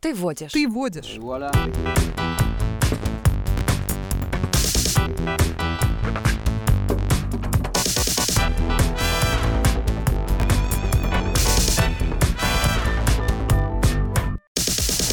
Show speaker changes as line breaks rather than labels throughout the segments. Ты водишь.
Ты водишь.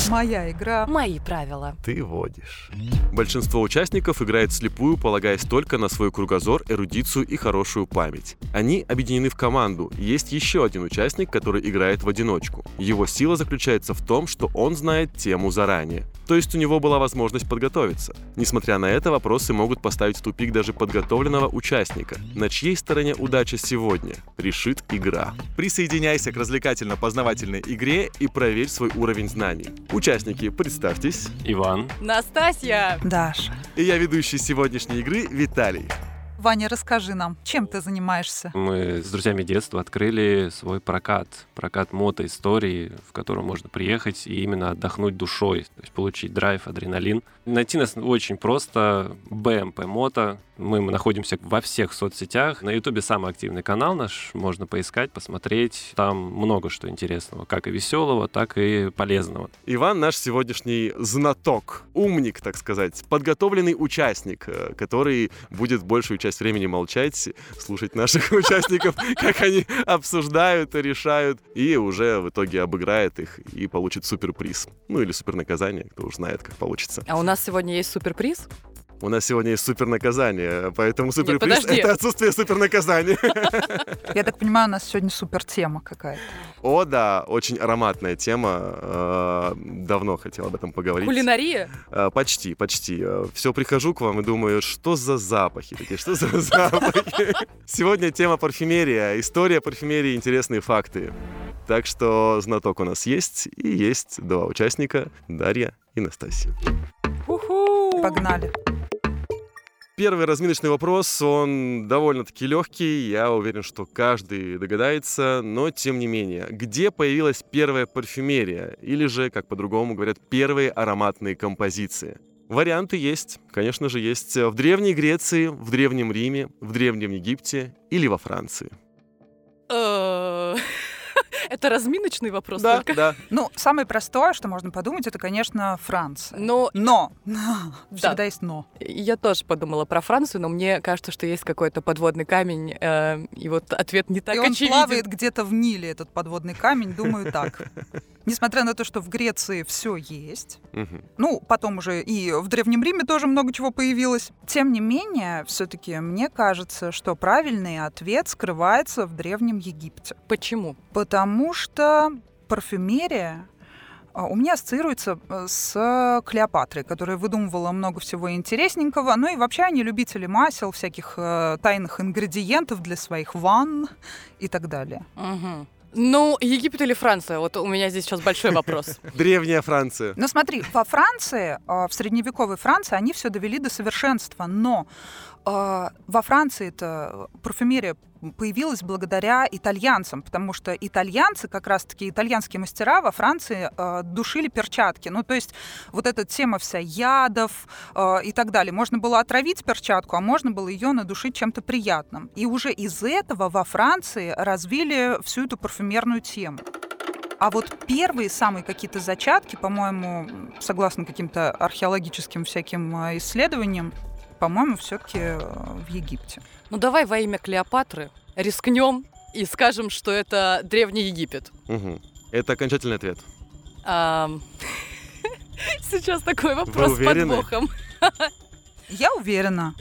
Моя игра.
Мои правила.
Ты водишь.
Большинство участников играет слепую, полагаясь только на свой кругозор, эрудицию и хорошую память. Они объединены в команду. и Есть еще один участник, который играет в одиночку. Его сила заключается в том, что он знает тему заранее. То есть у него была возможность подготовиться. Несмотря на это, вопросы могут поставить в тупик даже подготовленного участника. На чьей стороне удача сегодня? Решит игра.
Присоединяйся к развлекательно-познавательной игре
И проверь свой уровень знаний. Участники, представьтесь.
Иван,
Настасья!
Даша.
И я ведущий сегодняшней игры Виталий.
Ваня, расскажи нам, чем ты занимаешься?
мы с друзьями детства открыли свой прокат. Прокат мотоистории, в котором можно приехать и именно отдохнуть душой. То есть получить драйв, адреналин. Найти нас очень просто. БМП Мото. Мы, мы находимся во всех соцсетях. На Ютубе самый активный канал наш. Можно поискать, посмотреть. Там много что интересного. Как и веселого, так и полезного.
Иван наш сегодняшний знаток, умник, так сказать, подготовленный участник, э, который будет большую часть времени молчать, слушать наших участников, как они обсуждают, решают, и уже в итоге обыграет их и получит суперприз. Ну или супернаказание, кто уж знает, как получится.
А у нас сегодня есть суперприз.
У нас сегодня есть супернаказание, поэтому суперприз —
подожди.
это отсутствие супернаказания.
Я так понимаю, у нас сегодня супер тема какая-то.
О, да, очень ароматная тема. э, Давно хотел об этом поговорить.
Кулинария.
Э, Почти, почти. Все прихожу к вам и думаю, что за запахи такие, что за запахи. Сегодня тема парфюмерия, история парфюмерии, интересные факты. Так что знаток у нас есть, и есть два участника, Дарья и Настасья.
Уху!
Погнали.
Первый разминочный вопрос, он довольно-таки легкий, я уверен, что каждый догадается, но тем не менее. Где появилась первая парфюмерия, или же, как по-другому говорят, первые ароматные композиции? Варианты есть, конечно же, есть в Древней Греции, в Древнем Риме, в Древнем Египте или во Франции.
Э, Это разминочный вопрос
да,
только.
да.
Ну, самое простое, что можно подумать, это, конечно, Франция.
Но
Но! Всегда есть но.
Ну, я тоже подумала про Францию, но мне кажется, что есть какой-то подводный камень, э, и вот ответ не так
и он
очевиден.
плавает где-то в Ниле, этот подводный камень, думаю, так. Несмотря на то, что в Греции все есть,
Мгм.
ну, потом уже и в Древнем Риме тоже много чего появилось. Тем не менее, все-таки мне кажется, что правильный ответ скрывается в Древнем Египте.
Почему?
Потому что парфюмерия а, у меня ассоциируется э, с Клеопатрой, которая выдумывала много всего интересненького. Ну и вообще они любители масел, всяких э, тайных ингредиентов для своих ванн и так далее.
Мгм. Ну, Египет или Франция? Вот у меня здесь сейчас большой вопрос.
Древняя Франция.
Но Ну, смотри, во Франции, э, в средневековой Франции, они все довели до совершенства, но э, во Франции-то парфюмерия появилась благодаря итальянцам, потому что итальянцы, как раз-таки итальянские мастера во Франции э, душили перчатки. Ну, то есть вот эта тема вся ядов э, и так далее. Можно было отравить перчатку, а можно было ее надушить чем-то приятным. И уже из этого во Франции развили всю эту парфюмерную тему. А вот первые самые какие-то зачатки, по-моему, согласно каким-то археологическим всяким э, исследованиям, по-моему, все-таки в Египте.
Ну, давай во имя Клеопатры рискнем и скажем, что это Древний Египет.
Мгм. Это окончательный ответ.
Ам, Сейчас такой вопрос с
уверены?
подвохом.
Я уверена.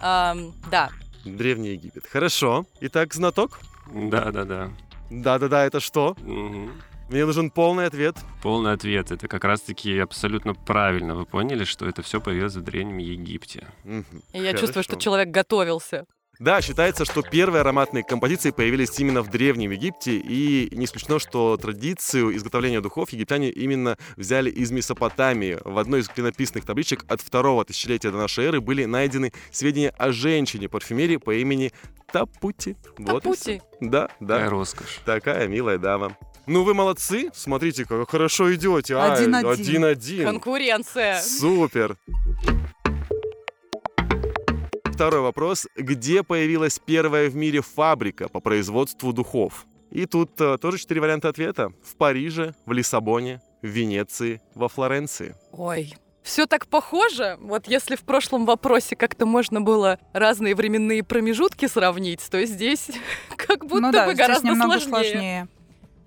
Ам, Да.
Древний Египет. Хорошо. Итак, знаток?
Да-да-да.
Да-да-да, это что?
Мгм.
Мне нужен полный ответ.
Полный ответ. Это как раз-таки абсолютно правильно. Вы поняли, что это все появилось в Древнем Египте.
Мгм.
И Я
Хорошо.
чувствую, что человек готовился.
Да, считается, что первые ароматные композиции появились именно в Древнем Египте, и не исключено, что традицию изготовления духов египтяне именно взяли из Месопотамии. В одной из клинописных табличек от второго тысячелетия до нашей эры были найдены сведения о женщине-парфюмере по имени Тапути. Вот и всё.
Тапути.
Да,
Какая
да.
роскошь.
Такая милая дама. Ну вы молодцы, смотрите, как хорошо идете. а.
Один-один.
Один-один.
Конкуренция.
Супер! Второй вопрос. Где появилась первая в мире фабрика по производству духов? И тут э, тоже четыре варианта ответа. В Париже, в Лиссабоне, в Венеции, во Флоренции.
Ой, все так похоже. Вот если в прошлом вопросе как-то можно было разные временные промежутки сравнить, то здесь как будто
ну да,
бы
здесь
гораздо
немного
сложнее.
сложнее.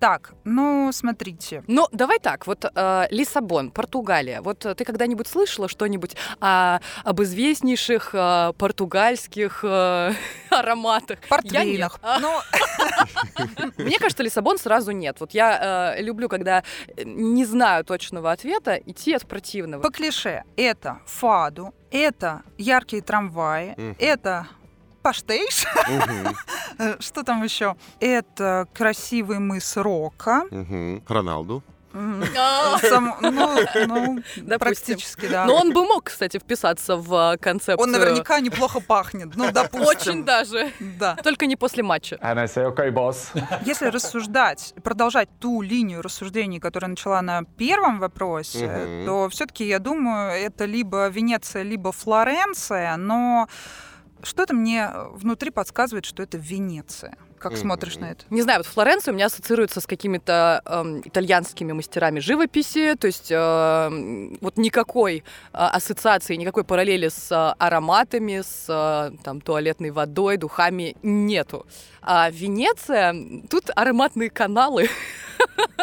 Так, ну смотрите,
Ну, давай так, вот э, Лиссабон, Португалия. Вот э, ты когда-нибудь слышала что-нибудь о- об известнейших э, португальских э, ароматах? Я нет.
портвейнах.
А,
Ну,
Мне кажется, Лиссабон сразу нет. Вот я э, люблю, когда э, не знаю точного ответа, идти от противного.
по клише, это фаду, это яркие трамваи,
Мгм.
это паштейш,
Мгм,
э, что там еще? Это красивый мыс Рока.
мгм. Роналду.
М,
А,
сам- ну, ну,
Допустим.
практически, да.
Но он бы мог, кстати, вписаться в э, концепцию.
Он наверняка неплохо пахнет, ну,
Очень
допустим.
даже.
Да.
Только не после матча.
And I say, okay, boss.
Если рассуждать, продолжать ту линию рассуждений, которую начала на первом вопросе,
Мгм.
то все-таки, я думаю, это либо Венеция, либо Флоренция, но что-то мне внутри подсказывает, что это Венеция. Как
Мгм.
смотришь на это?
Не знаю, вот Флоренция у меня ассоциируется с какими-то эм, итальянскими мастерами живописи, то есть эм, вот никакой э, ассоциации, никакой параллели с э, ароматами, с э, там туалетной водой, духами нету. А Венеция, м, тут ароматные каналы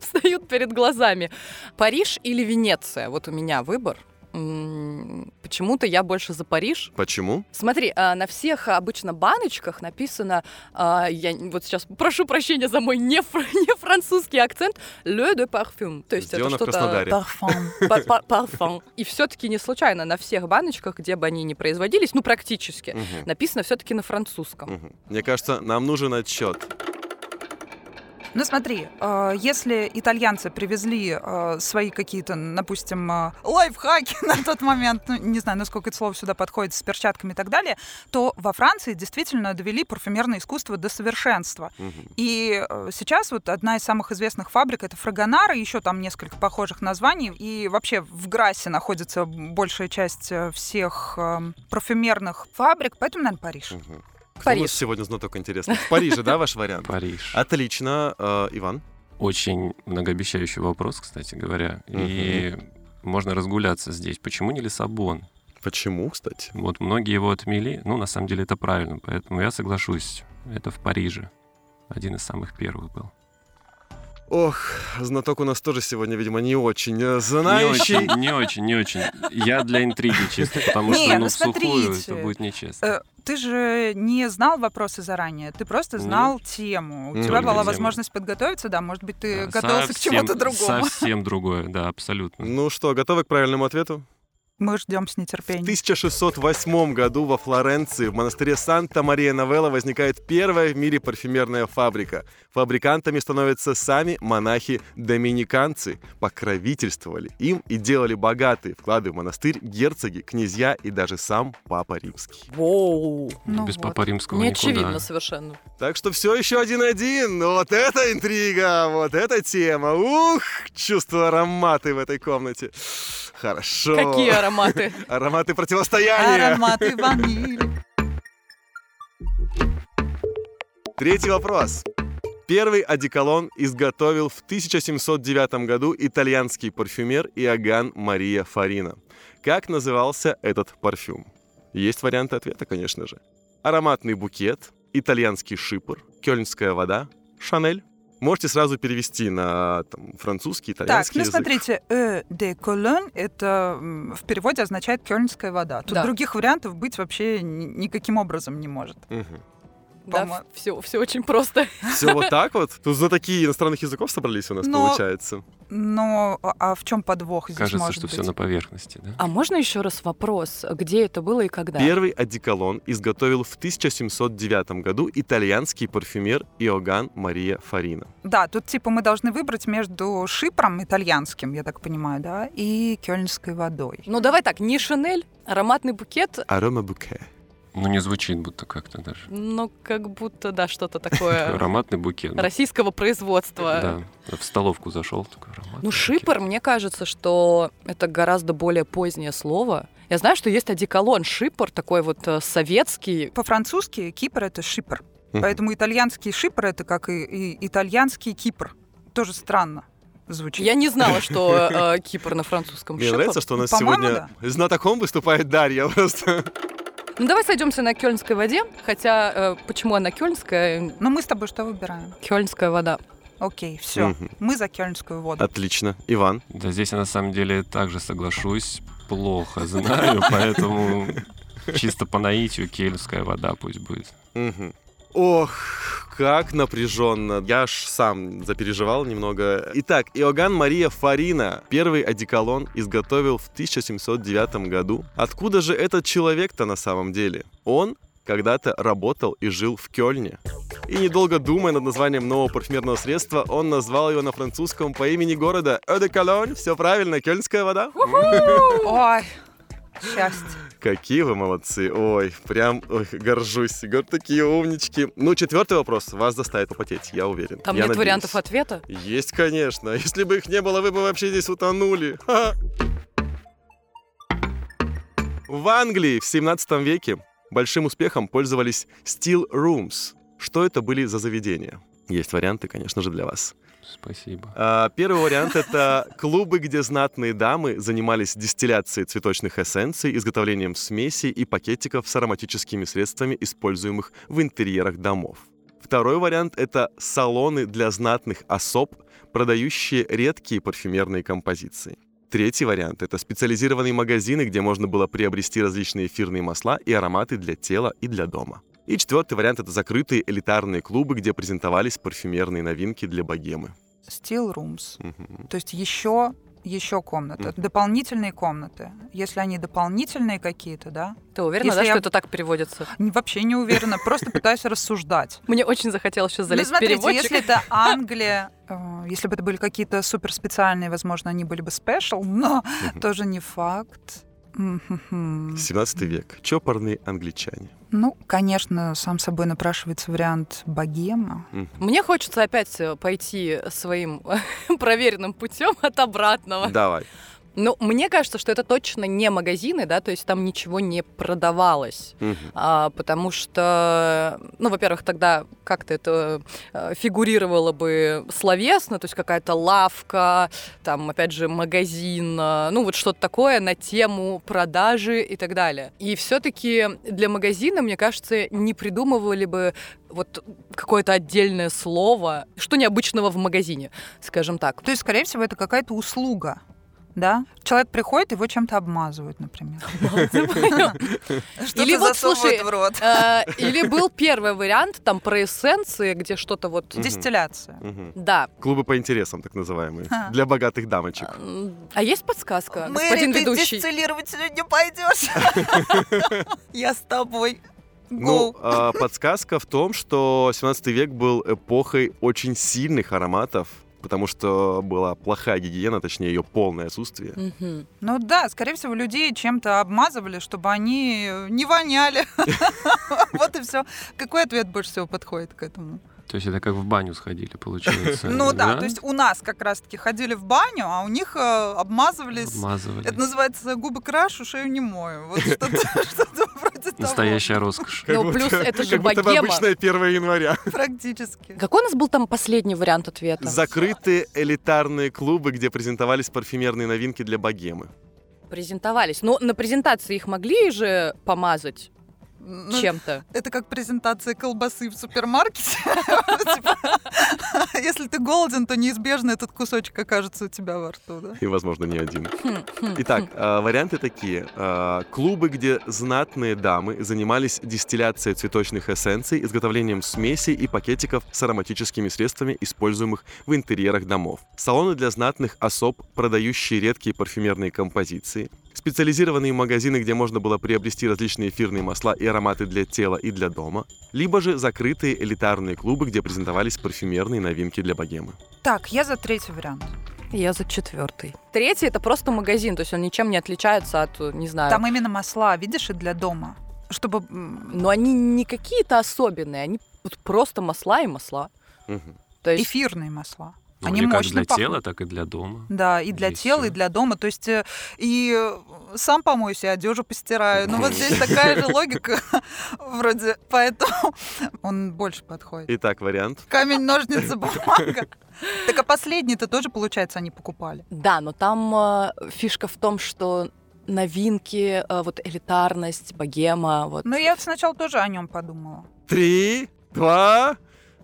встают перед глазами. Париж или Венеция? Вот у меня выбор. М, Почему-то я больше за Париж,
Почему?
Смотри, а, на всех а, обычно баночках написано, а, я н- вот сейчас прошу прощения за мой не, фр- не французский акцент, le de parfum. То есть
Сделано в
это
Краснодаре.
что-то... пар- пар- Parfum. И все-таки не случайно на всех баночках, где бы они ни производились, ну практически,
Мгм,
написано все-таки на французском.
мгм. Э, Мне кажется, нам нужен отсчет.
Ну смотри, э, если итальянцы привезли э, свои какие-то, допустим, э, лайфхаки на тот момент, ну, не знаю, насколько это слово сюда подходит, с перчатками и так далее, то во Франции действительно довели парфюмерное искусство до совершенства.
Мгм.
И э, сейчас вот одна из самых известных фабрик это Фрагонара, еще там несколько похожих названий. И вообще в Грассе находится большая часть э, всех эм, парфюмерных фабрик, поэтому, наверное, Париж.
Мгм. Кто у
Париж.
нас сегодня знаток интересный? В Париже, да, ваш вариант?
Париж.
Отлично, Э, Иван.
А- Очень многообещающий вопрос, кстати говоря. И можно разгуляться здесь. Почему не Лиссабон?
Почему, кстати?
Вот многие его отмели. Ну, на самом деле это правильно, поэтому я соглашусь. Это в Париже. Один из самых первых был.
Ох, знаток у нас тоже сегодня, видимо, не очень э,
Не
знающий.
очень, не очень, не очень. Я для интриги чисто, потому
Не,
что
ну
ну, в сухую это
смотрите.
будет
Э,
нечестно.
Ты же не знал вопросы заранее, ты просто
Ну,
знал тему. У
ну,
тебя
или
была
тему.
возможность подготовиться, да, может быть, ты
Да,
э, готовился к
совсем-
чему-то другому.
Совсем другое, да, абсолютно.
Ну что, готовы к правильному ответу?
Мы ждем с
В
нетерпением.
1608 году во Флоренции в монастыре Санта-Мария-Новелла возникает первая в мире парфюмерная фабрика. Фабрикантами становятся сами монахи-доминиканцы. Покровительствовали им и делали богатые вклады в монастырь герцоги, князья и даже сам Папа Римский.
Воу!
Ну
Без
вот.
Папа Римского
Не
никуда.
очевидно совершенно.
Так что все еще один-один. Вот это интрига, вот эта тема. Ух, чувство ароматы в этой комнате. Хорошо.
Какие ароматы?
Ароматы противостояния.
Ароматы ванили.
Третий вопрос. Первый одеколон изготовил в 1709 году итальянский парфюмер Иоганн Мария Фарина. Как назывался этот парфюм? Есть варианты ответа, конечно же. Ароматный букет, итальянский шипр, кёльнская вода, Шанель. Можете сразу перевести на там, французский,
Так,
итальянский
ну
язык.
смотрите, «Э де Cologne» это м, в переводе означает «кёльнская вода». Тут
Да.
других вариантов быть вообще ни- никаким образом не может.
Мгм.
Да,
По-мо-
все, все очень просто.
Все вот так вот? Тут за такие иностранных языков собрались у нас,
Но-
получается.
Но а- а в чем подвох здесь
Кажется,
может
что
быть?
все на поверхности, да?
А можно еще раз вопрос, где это было и когда?
Первый одеколон изготовил в 1709 году итальянский парфюмер Иоганн Мария Фарина.
Да, тут типа мы должны выбрать между шипром итальянским, я так понимаю, да, и кёльнской водой.
Ну давай так, не Шанель, ароматный букет,
Арома буке.
Ну, не звучит будто как-то даже.
Ну, как будто, да, что-то
Такой
такое
Ароматный букет. ну,
российского производства.
Да,
Э,
в столовку зашел такой аромат.
Ну, шипр, мне кажется, что это гораздо более позднее слово. Я знаю, что есть одеколон шипр, такой вот э, советский.
По-французски Кипр это шипр.
Мгм.
Поэтому итальянский шипр это как и, и итальянский Кипр. Тоже странно. звучит.
Я не знала, что э, Кипр на французском.
Мне
Шепот.
нравится, что у нас
По-моему,
сегодня знатоком выступает Дарья просто.
Ну давай сойдемся на кёльнской воде, хотя э, почему она кёльнская? э,
Но Ну, мы с тобой что выбираем?
Кёльнская вода.
Окей, все.
Мгм. А
Мы за кельнскую воду.
Отлично. Иван,
Да здесь я на самом деле также соглашусь, плохо знаю, поэтому чисто по наитию кельтская вода пусть будет.
Мгм. Ох, как напряженно. Я аж сам запереживал немного. Итак, Иоганн Мария Фарина первый одеколон изготовил в 1709 году. Откуда же этот человек-то на самом деле? Он когда-то работал и жил в Кёльне. И недолго думая над названием нового парфюмерного средства, он назвал его на французском по имени города Эдеколонь. Все правильно, кёльнская вода.
Ой, счастье.
Какие вы молодцы. Ой, прям ой, горжусь. Гор, такие умнички. Ну, четвертый вопрос. Вас заставит попотеть, я уверен.
Там
Я
нет
надеюсь.
вариантов ответа.
Есть, конечно. Если бы их не было, вы бы вообще здесь утонули. Ха. В Англии в 17 веке большим успехом пользовались steel rooms. Что это были за заведения? Есть варианты, конечно же, для вас.
Спасибо.
А, Первый вариант — это клубы, где знатные дамы занимались дистилляцией цветочных эссенций, изготовлением смесей и пакетиков с ароматическими средствами, используемых в интерьерах домов. Второй вариант — это салоны для знатных особ, продающие редкие парфюмерные композиции. Третий вариант — это специализированные магазины, где можно было приобрести различные эфирные масла и ароматы для тела и для дома. И четвертый вариант — это закрытые элитарные клубы, где презентовались парфюмерные новинки для богемы.
Steel rooms.
Мгм.
То есть еще еще комнаты,
Мгм.
дополнительные комнаты. Если они дополнительные какие-то, да?
Ты уверена,
Если
да,
я-
что это так переводится?
Н- Вообще не уверена, просто пытаюсь рассуждать.
Мне очень захотелось сейчас
Ну,
залезть в
смотрите,
переводчик.
если это Англия, э, если бы это были какие-то суперспециальные, возможно, они были бы спешл, но
Мгм.
тоже не факт. М-хм-хм.
17 век. Чопорные англичане.
Ну, конечно, сам собой напрашивается вариант богема.
Мне хочется опять э, пойти своим проверенным путем от обратного.
Давай.
Но мне кажется, что это точно не магазины, да, то есть там ничего не продавалось.
Мгм.
А, потому что, ну, во-первых, тогда как-то это э, фигурировало бы словесно, то есть какая-то лавка, там, опять же, магазин, э, ну, вот что-то такое на тему продажи и так далее. И все-таки для магазина, мне кажется, не придумывали бы вот какое-то отдельное слово, что необычного в магазине, скажем так.
То есть, скорее всего, это какая-то услуга. Да? Человек приходит, его чем-то обмазывают, например. Что-то
Или вот,
засовывают
слушай,
в рот.
Э, Или был первый вариант, там, про эссенции, где что-то вот...
Мгм.
Дистилляция.
Мгм.
Да,
Клубы по интересам, так называемые.
Ха.
Для богатых дамочек.
М, А есть подсказка, господин ведущий?
дистиллировать сегодня пойдешь. Я с тобой.
Ну, а, подсказка в том, что 17 век был эпохой очень сильных ароматов, потому что была плохая гигиена, точнее ее полное отсутствие.
Мгм.
Ну да, скорее всего, людей чем-то обмазывали, чтобы они не воняли. Вот и все. Какой ответ больше всего подходит к этому?
То есть это как в баню сходили, получается.
Ну да, то есть у нас как раз-таки ходили в баню, а у них э, обмазывались.
Обмазывали.
Это ну, называется губы крашу, шею не мою. Вот что-то что-то вроде того.
Настоящая роскошь.
Ну,
будто-
плюс это же
как будто бы
богема.
обычное 1 января.
Практически.
Какой у нас был там последний вариант ответа?
Закрытые элитарные клубы, где презентовались парфюмерные новинки для богемы.
Презентовались. Но на презентации их могли же помазать
Ну,
чем-то.
Это как презентация колбасы в супермаркете. Типа, Если ты голоден, то неизбежно этот кусочек окажется у тебя во рту. да?
И, возможно, не один.
Хм, хм,
Итак,
хм.
э, варианты такие. Э, Клубы, где знатные дамы занимались дистилляцией цветочных эссенций, изготовлением смесей и пакетиков с ароматическими средствами, используемых в интерьерах домов. Салоны для знатных особ, продающие редкие парфюмерные композиции. Специализированные магазины, где можно было приобрести различные эфирные масла и ароматы для тела и для дома. Либо же закрытые элитарные клубы, где презентовались парфюмерные новинки для богемы.
Так, я за третий вариант.
Я за четвертый. Третий это просто магазин, то есть он ничем не отличается от, э, не знаю.
Там именно масла, видишь, и для дома. Чтобы... м,
Но они не какие-то особенные, они вот просто масла и масла.
Мгм.
То есть
Эфирные масла.
Ну,
Они
и как
мощно
для
пахнут.
тела, так и для дома.
Да, и для
И
тела, и
всё.
для дома. То есть э, и э, сам помоюсь, и одежу постираю. Ну вот здесь такая же логика вроде. Поэтому он больше подходит.
Итак, вариант.
Камень, ножницы, бумага. Так а последний-то тоже, получается, они покупали.
Да, но там э, фишка в том, что новинки, э, вот элитарность, богема, вот.
Но Ну, я сначала тоже о нем подумала.
Три, два,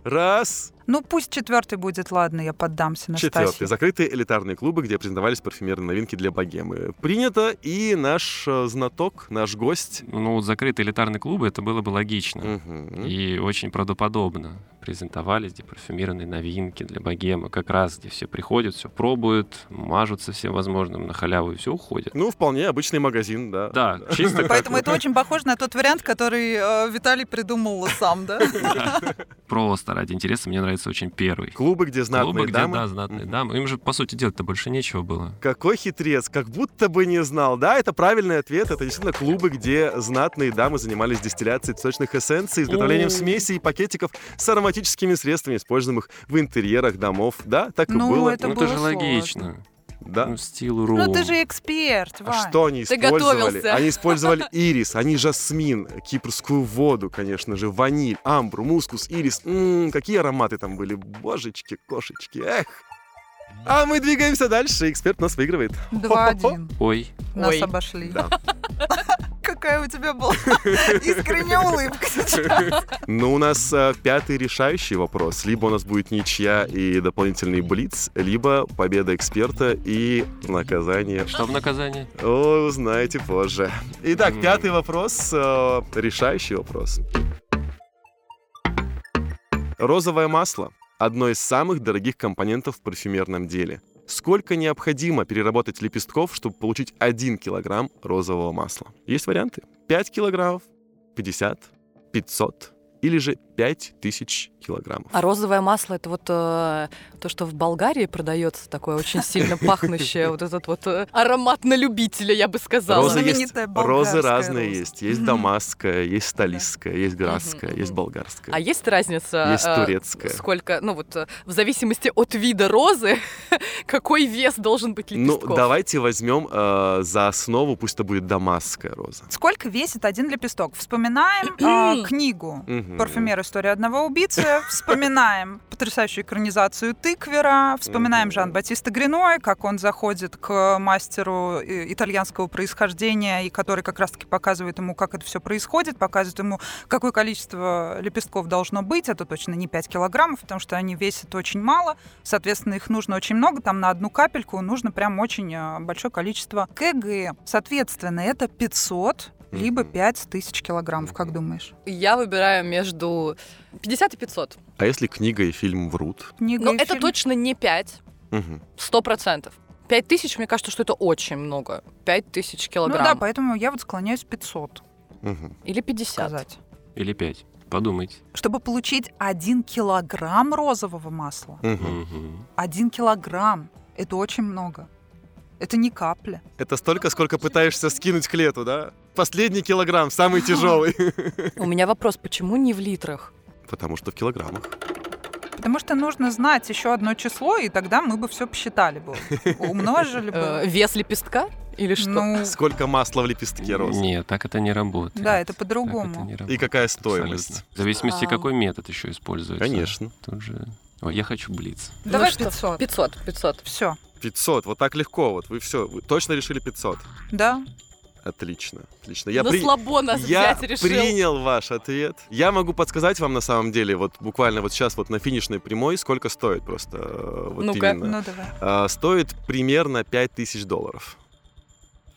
раз.
Ну пусть четвертый будет, ладно, я поддамся на
Четвертый. Закрытые элитарные клубы, где презентовались парфюмерные новинки для богемы. Принято. И наш э, знаток, наш гость.
Ну, вот закрытые элитарные клубы, это было бы логично.
Мгм.
И очень правдоподобно презентовались где парфюмированные новинки для богемы. Как раз где все приходят, все пробуют, мажутся всем возможным на халяву и все уходят.
Ну, вполне обычный магазин, да.
Да, чисто как
Поэтому это очень похоже на тот вариант, который э, Виталий придумал сам, да?
просто ради интереса. Мне нравится очень первый.
Клубы, где знатные
Клубы, где,
дамы.
да, знатные
Мгм.
дамы. Им же, по сути, делать-то больше нечего было.
Какой хитрец, как будто бы не знал. Да, это правильный ответ. Это действительно клубы, где знатные дамы занимались дистилляцией цветочных эссенций, изготовлением
Ой.
смесей и пакетиков с ароматическими средствами, используемых в интерьерах домов. Да, так и
Ну,
было.
Это
ну,
было
это же
сложно.
логично.
Да.
Ну, стилу ру.
Ну ты же эксперт,
А
Вань.
что они
Ты
использовали?
готовился.
Они использовали ирис, они жасмин, кипрскую воду, конечно же, ваниль, амбру, мускус, ирис. М, какие ароматы там были, божечки, кошечки, эх. А мы двигаемся дальше, эксперт нас выигрывает.
Два-один.
Ой,
Нас
Ой.
обошли.
Да.
Какая у тебя была искренняя улыбка сейчас.
Но у нас э, пятый решающий вопрос. Либо у нас будет ничья и дополнительный блиц, либо победа эксперта и наказание.
что в наказание?
О, узнаете позже. Итак,
М.
пятый вопрос, э, решающий вопрос. Розовое масло – одно из самых дорогих компонентов в парфюмерном деле. Сколько необходимо переработать лепестков, чтобы получить 1 килограмм розового масла? Есть варианты. 5 килограммов, 50, 500 или же 5000 килограммов.
А розовое масло это вот э, то, что в Болгарии продается такое очень сильно пахнущее, вот этот вот э, аромат на любителя, я бы сказала.
Розы есть,
Знаменитая болгарская
розы разные
роза.
есть. Есть
Мгм.
дамасская, есть столисская, есть градская,
мгм.
есть
А
болгарская,
есть разница?
есть
э,
турецкая.
Сколько, ну вот, э, в зависимости от вида розы, какой вес должен быть
Ну,
лепестков?
давайте возьмем э, за основу, пусть это будет дамасская роза.
Сколько весит один лепесток? Вспоминаем э, книгу
Мгм.
«Парфюмер. История одного убийцы». Вспоминаем потрясающую экранизацию Тыквера. Вспоминаем
Мгм.
Жан-Батиста Гриной, как он заходит к мастеру э, итальянского происхождения, и который как раз-таки показывает ему, как это все происходит, показывает ему, какое количество лепестков должно быть. Это точно не 5 килограммов, потому что они весят очень мало. Соответственно, их нужно очень много. Там на одну капельку нужно прям очень э, большое количество КГ. Соответственно, это 500 либо
Мгм.
5000 килограммов, как
Мгм.
думаешь?
Я выбираю между 50 и 500.
А если книга и фильм врут?
Книга
Но
и
Ну, это
фильм.
точно не 5,
Мгм.
сто процентов. Пять тысяч, мне кажется, что это очень много. Пять тысяч
Ну
килограмм.
да, поэтому я вот склоняюсь 500
Мгм.
Или 50.
сказать.
Или пять? Подумайте.
Чтобы получить 1 килограмм розового масла,
Мгм.
Мгм.
1 килограмм, это очень много. Это не капля.
Это столько, сколько пытаешься скинуть к лету, да? Последний килограмм, самый тяжелый.
У меня вопрос, почему не в литрах?
Потому что в килограммах.
Потому что нужно знать еще одно число, и тогда мы бы все посчитали бы. Умножили
Э,
бы.
вес лепестка? Или что?
Ну,
Сколько масла в лепестке розы?
Нет, так это не работает.
да, это
Так это
по-другому.
не
И
работает.
какая стоимость?
Абсолютно. В зависимости,
А.
какой метод еще используется.
Конечно.
Тут же... Ой, я хочу блиц.
Давай
что?
500.
500, 500.
Все.
500, вот так легко, вот вы все, вы точно решили 500.
Да?
Отлично, отлично. Я
На
при-
слабо нас
Я
взять решил.
принял ваш ответ. Я могу подсказать вам на самом деле, вот буквально вот сейчас вот на финишной прямой, сколько стоит просто э, вот
Ну-ка.
именно.
Ну давай.
А, стоит примерно 5000 долларов.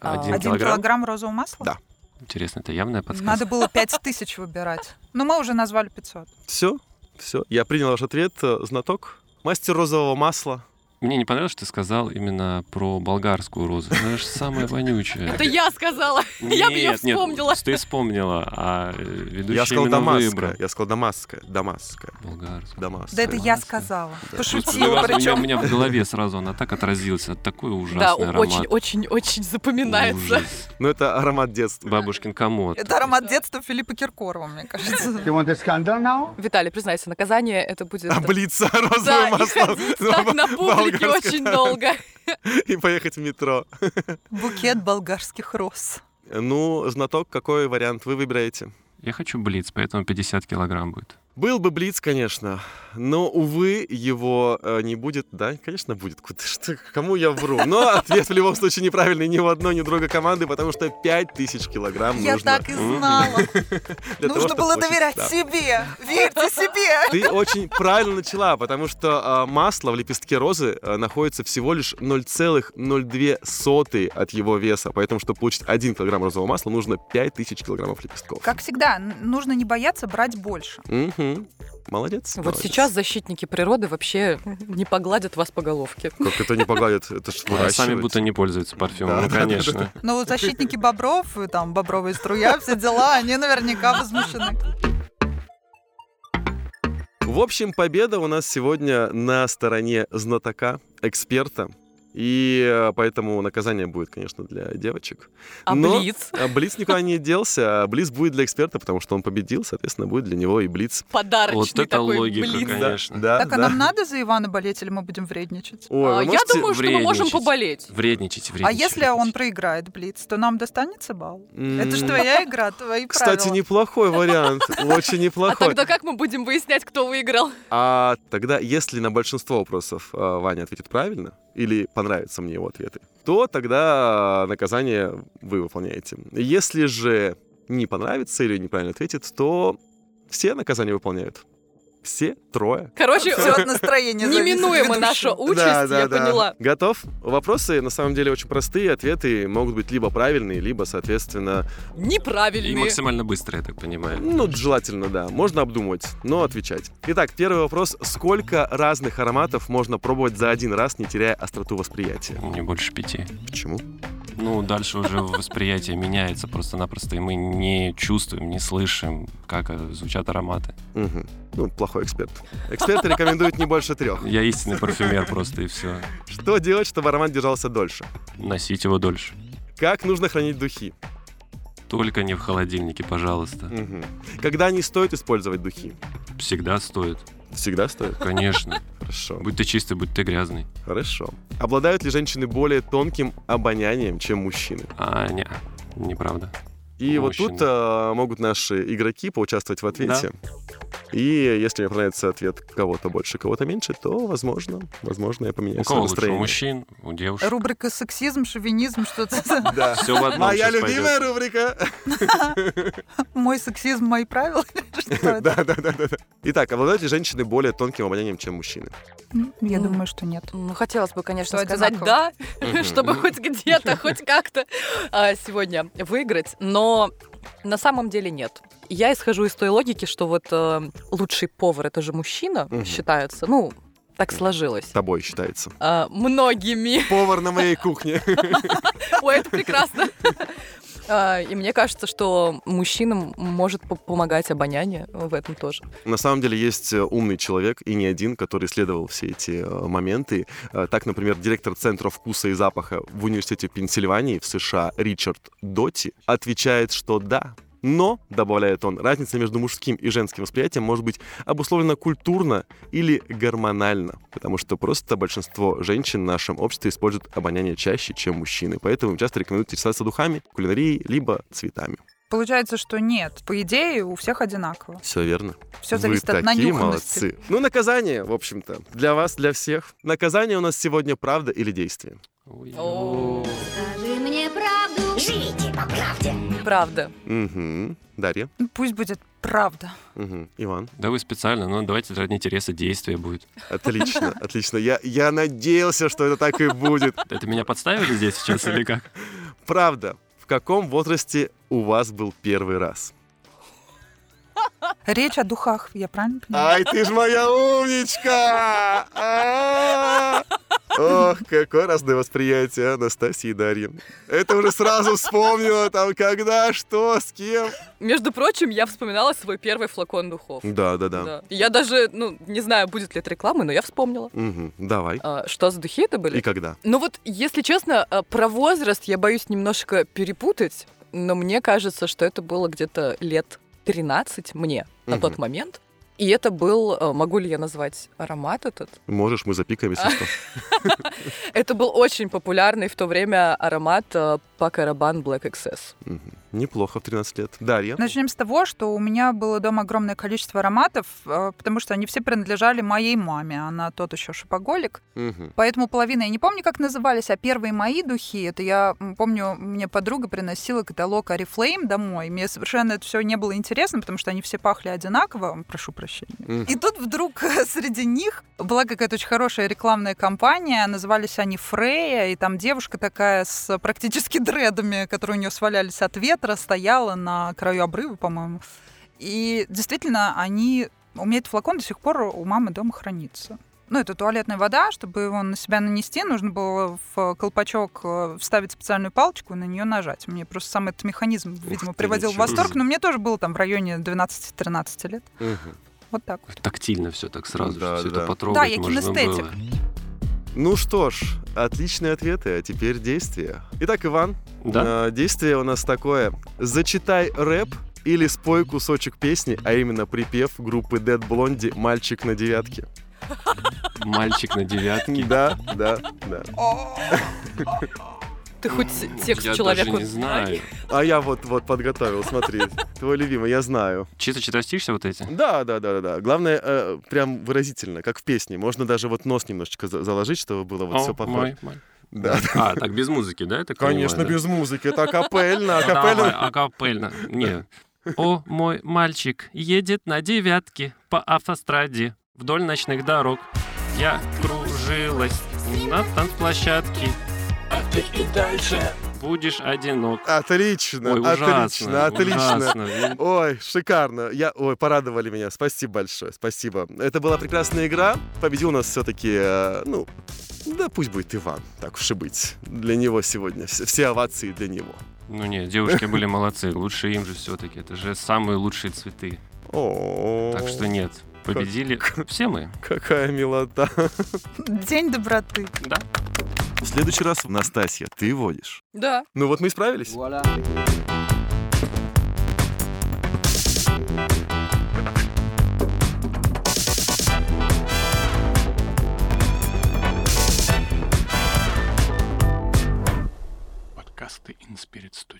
А.
Один,
Один
Один
килограмм?
килограмм розового масла?
Да.
Интересно, это явная подсказка.
Надо было 5000 выбирать. Но мы уже назвали 500.
Все, все. Я принял ваш ответ, э, знаток. Мастер розового масла,
Мне не понравилось, что ты сказал именно про болгарскую розу. Она же самая вонючая.
Это я сказала. Я бы её
Нет, нет,
вспомнила.
Ты вспомнила, а э, ведущий
Я сказал
именно
Дамасская.
выбрал.
Я сказал Дамасская. Дамасская.
Болгарскую.
Да
Дамасская.
это я
Согласна.
сказала.
Господи,
Пошутила
у меня- У
причем.
меня в голове сразу она так отразилась. Это такой
Да,
ужасный аромат.
очень-очень-очень запоминается.
Ужас.
Ну, это аромат детства.
Бабушкин комод.
Это аромат детства Филиппа Киркорова, мне кажется.
You want a scandal now?
Виталий, признайся, наказание это будет...
Облиться розовым
Да, и
маслом.
ходить так на публике
болгарское.
очень долго.
И поехать в метро.
Букет болгарских роз.
Ну, знаток, какой вариант вы выбираете?
Я хочу блиц, поэтому 50 килограмм будет.
Был бы Блиц, конечно, но, увы, его э, не будет. Да, конечно, будет. Куда ж ты? Кому я вру? Но ответ в любом случае неправильный ни у одной, ни у другой команды, потому что 5000 килограмм
Я
нужно.
так и знала.
для того,
Нужно
чтобы
было
получить-
доверять
Да.
себе. Верьте себе.
Ты очень правильно начала, потому что а, масло в лепестке розы а, находится всего лишь 0,02 от его веса. Поэтому, чтобы получить 1 килограмм розового масла, нужно 5000 килограммов лепестков.
Как всегда, н- нужно не бояться брать больше.
Мгм. Молодец.
Вот
молодец.
сейчас защитники природы вообще не погладят вас по головке.
Как это не погладит, это ж
А Сами
выращивать.
будто не пользуются
Да,
парфюмом. ну,
да, да,
конечно.
Но вот защитники бобров, и там бобровая струя, все дела, они наверняка возмущены.
В общем, победа у нас сегодня на стороне знатока, эксперта. И э, поэтому наказание будет, конечно, для девочек.
А
Но-
блиц?
А Блиц никуда не делся, а Блиц будет для эксперта, потому что он победил, соответственно, будет для него и Блиц.
Подарочный
Вот это
такой
логика,
блиц.
Да,
конечно.
Да,
Так, а
да.
нам надо за Ивана болеть, или мы будем вредничать?
Ой,
А,
вы
Я
можете-
думаю, что мы можем
вредничать?
поболеть.
Вредничать, вредничать.
А если он проиграет Блиц, то нам достанется балл?
М,
Это же твоя игра, твои
Кстати,
правила.
неплохой вариант, очень
А
неплохой.
тогда как мы будем выяснять, кто выиграл?
А тогда, если на большинство вопросов э, Ваня ответит правильно, или понравятся мне его ответы, то тогда э, наказание вы выполняете. Если же не понравится или неправильно ответит, то все наказания выполняют. Все трое.
Короче,
Все от настроения зависит
неминуема
ведущего.
наша участь, я поняла.
Готов? Вопросы на самом деле очень простые, ответы могут быть либо правильные, либо, соответственно,
И
Неправильные.
максимально быстро, я так понимаю.
ну, желательно, да, можно обдумывать, но отвечать. Итак, первый вопрос. Сколько разных ароматов можно пробовать за один раз, не теряя остроту восприятия?
Не больше пяти.
Почему?
Ну, дальше уже восприятие меняется просто-напросто, и мы не чувствуем, не слышим, как э, звучат ароматы.
Мгм. Ну, плохой эксперт. Эксперты рекомендуют не больше трех.
Я истинный парфюмер просто, и все.
Что делать, чтобы аромат держался дольше?
Носить его дольше.
Как нужно хранить духи?
Только не в холодильнике, пожалуйста.
Мгм. Когда не стоит использовать духи?
Всегда стоит.
Всегда стоит.
Конечно.
Хорошо.
Будь ты чистый, будь ты грязный.
Хорошо. Обладают ли женщины более тонким обонянием, чем мужчины?
А, не, неправда.
И вот
Мужчины.
тут э, могут наши игроки поучаствовать в ответе. И если мне понравится ответ кого-то больше, кого-то меньше, то, возможно, возможно, я поменяю
У
свое
кого лучше? У
настроение.
мужчин, у девушек.
Рубрика «Сексизм», «Шовинизм», что-то.
Да.
Все в одном
Моя
щас пойдёт.
любимая рубрика.
Мой сексизм, мои правила. Что это?
Да, да, да, да. да. Итак, обладают ли женщины более тонким обонянием, чем мужчины?
Я думаю, что нет.
Ну, хотелось бы, конечно,
Что
сказать
одинаково.
да, чтобы хоть где-то, хоть как-то а, сегодня выиграть, но на самом деле нет. Я исхожу из той логики, что вот э, лучший повар это же мужчина,
Мгм.
считается. Ну, так сложилось.
Тобой считается.
А, многими.
Повар на моей кухне.
Ой, это прекрасно. А, И мне кажется, что мужчинам может по- помогать обоняние в этом тоже.
На самом деле есть э, умный человек, и не один, который исследовал все эти э, моменты. Э, Так, например, директор Центра вкуса и запаха в Университете Пенсильвании в США Ричард Доти отвечает, что да. Но, добавляет он, разница между мужским и женским восприятием может быть обусловлена культурно или гормонально, потому что просто большинство женщин в нашем обществе используют обоняние чаще, чем мужчины, поэтому им часто рекомендуют интересоваться духами, кулинарией, либо цветами.
Получается, что нет. По идее, у всех одинаково.
Все верно.
Все
Вы
зависит от
такие
нанюханности.
молодцы. Ну, наказание, в общем-то. Для вас, для всех. Наказание у нас сегодня правда или действие.
Ой,
О.
Скажи мне правду. Живите по правде.
Правда.
Угу. Дарья.
Ну, Пусть будет правда.
Мгм. Иван.
Да вы специально, но давайте ради интереса действия будет.
Отлично, отлично. Я, я надеялся, что это так и будет.
Это меня подставили здесь сейчас или как?
Правда. В каком возрасте у вас был первый раз?
Речь о духах, я правильно понимаю?
Ай, ты ж моя умничка! А!
Ох, какое разное восприятие Анастасии и Дарьи. Это уже сразу вспомнила, там, когда, что, с кем.
Между прочим, я вспоминала свой первый флакон духов.
Да, да, да.
Да. Я даже, ну, не знаю, будет ли это реклама, но я вспомнила.
Мгм, Давай.
А, что за духи это были?
И когда?
Ну вот, если честно, э, про возраст я боюсь немножко перепутать, но мне кажется, что это было где-то лет 13 мне на
Мгм.
тот момент. И это был, э, могу ли я назвать аромат этот?
Можешь, мы запикаем, если что.
Это был очень популярный в то время аромат э, Пакарабан Black Excess.
Мгм. Неплохо в 13 лет. Дарья?
Начнем с того, что у меня было дома огромное количество ароматов, э, потому что они все принадлежали моей маме. Она тот еще шопоголик.
Мгм.
Поэтому половина я не помню, как назывались, а первые мои духи, это я м, помню, мне подруга приносила каталог Арифлейм домой. Мне совершенно это все не было интересно, потому что они все пахли одинаково. Прошу прощения.
Мгм.
И тут вдруг э, среди них была какая-то очень хорошая рекламная кампания, назывались они Фрея, и там девушка такая с практически дредами, которые у нее свалялись от ветра, стояла на краю обрыва, по-моему. И действительно, они... У меня этот флакон до сих пор у мамы дома хранится. Ну, это туалетная вода, чтобы его на себя нанести, нужно было в колпачок э, вставить специальную палочку и на нее нажать. Мне просто сам этот механизм, видимо,
ты,
приводил в
ничего
восторг,
себе.
но мне тоже было там в районе 12-13 лет.
Мгм.
Вот так.
Тактильно все так сразу,
Да,
что всё
да, да.
это
Да,
потрогать
я
можно
кинестетик.
было.
Ну что ж, отличные ответы, а теперь действия. Итак, Иван,
Да?
э, действие у нас такое. Зачитай рэп или спой кусочек песни, а именно припев группы Dead Blondie «Мальчик на девятке».
Мальчик на девятке.
Да, да, да.
Ты хоть с- текст
Я
человеку...
даже не знаю.
А я вот-вот подготовил, смотри. Твой любимый, я знаю.
Чисто читаешь стишься вот эти?
Да, да, да, да, да. Главное, э, прям выразительно, как в песне. Можно даже вот нос немножечко за- заложить, чтобы было вот
О,
все похоже.
мой, мой.
Да.
А, так без музыки, да? я так
Конечно,
понимаю,
без музыки. Это акапельно,
да? Давай,
акапельно.
акапельно. Не. О, мой мальчик едет на девятке по автостраде вдоль ночных дорог. Я кружилась на танцплощадке, а ты и дальше будешь одинок.
Отлично,
Ой,
отлично,
ужасно,
отлично.
ужасно.
Ой, шикарно. Я, ой, порадовали меня. Спасибо большое, спасибо. Это была прекрасная игра. Победил нас все-таки, ну, да пусть будет Иван, так уж и быть. Для него сегодня все, все овации для него.
Ну не, девушки были молодцы, лучше им же все-таки. Это же самые лучшие цветы.
О,
Так что нет, победили все мы.
какая милота.
День доброты.
Да.
В следующий раз, Настасья, ты водишь.
Да.
Ну вот мы и справились.
Подкасты Inspirit Studio.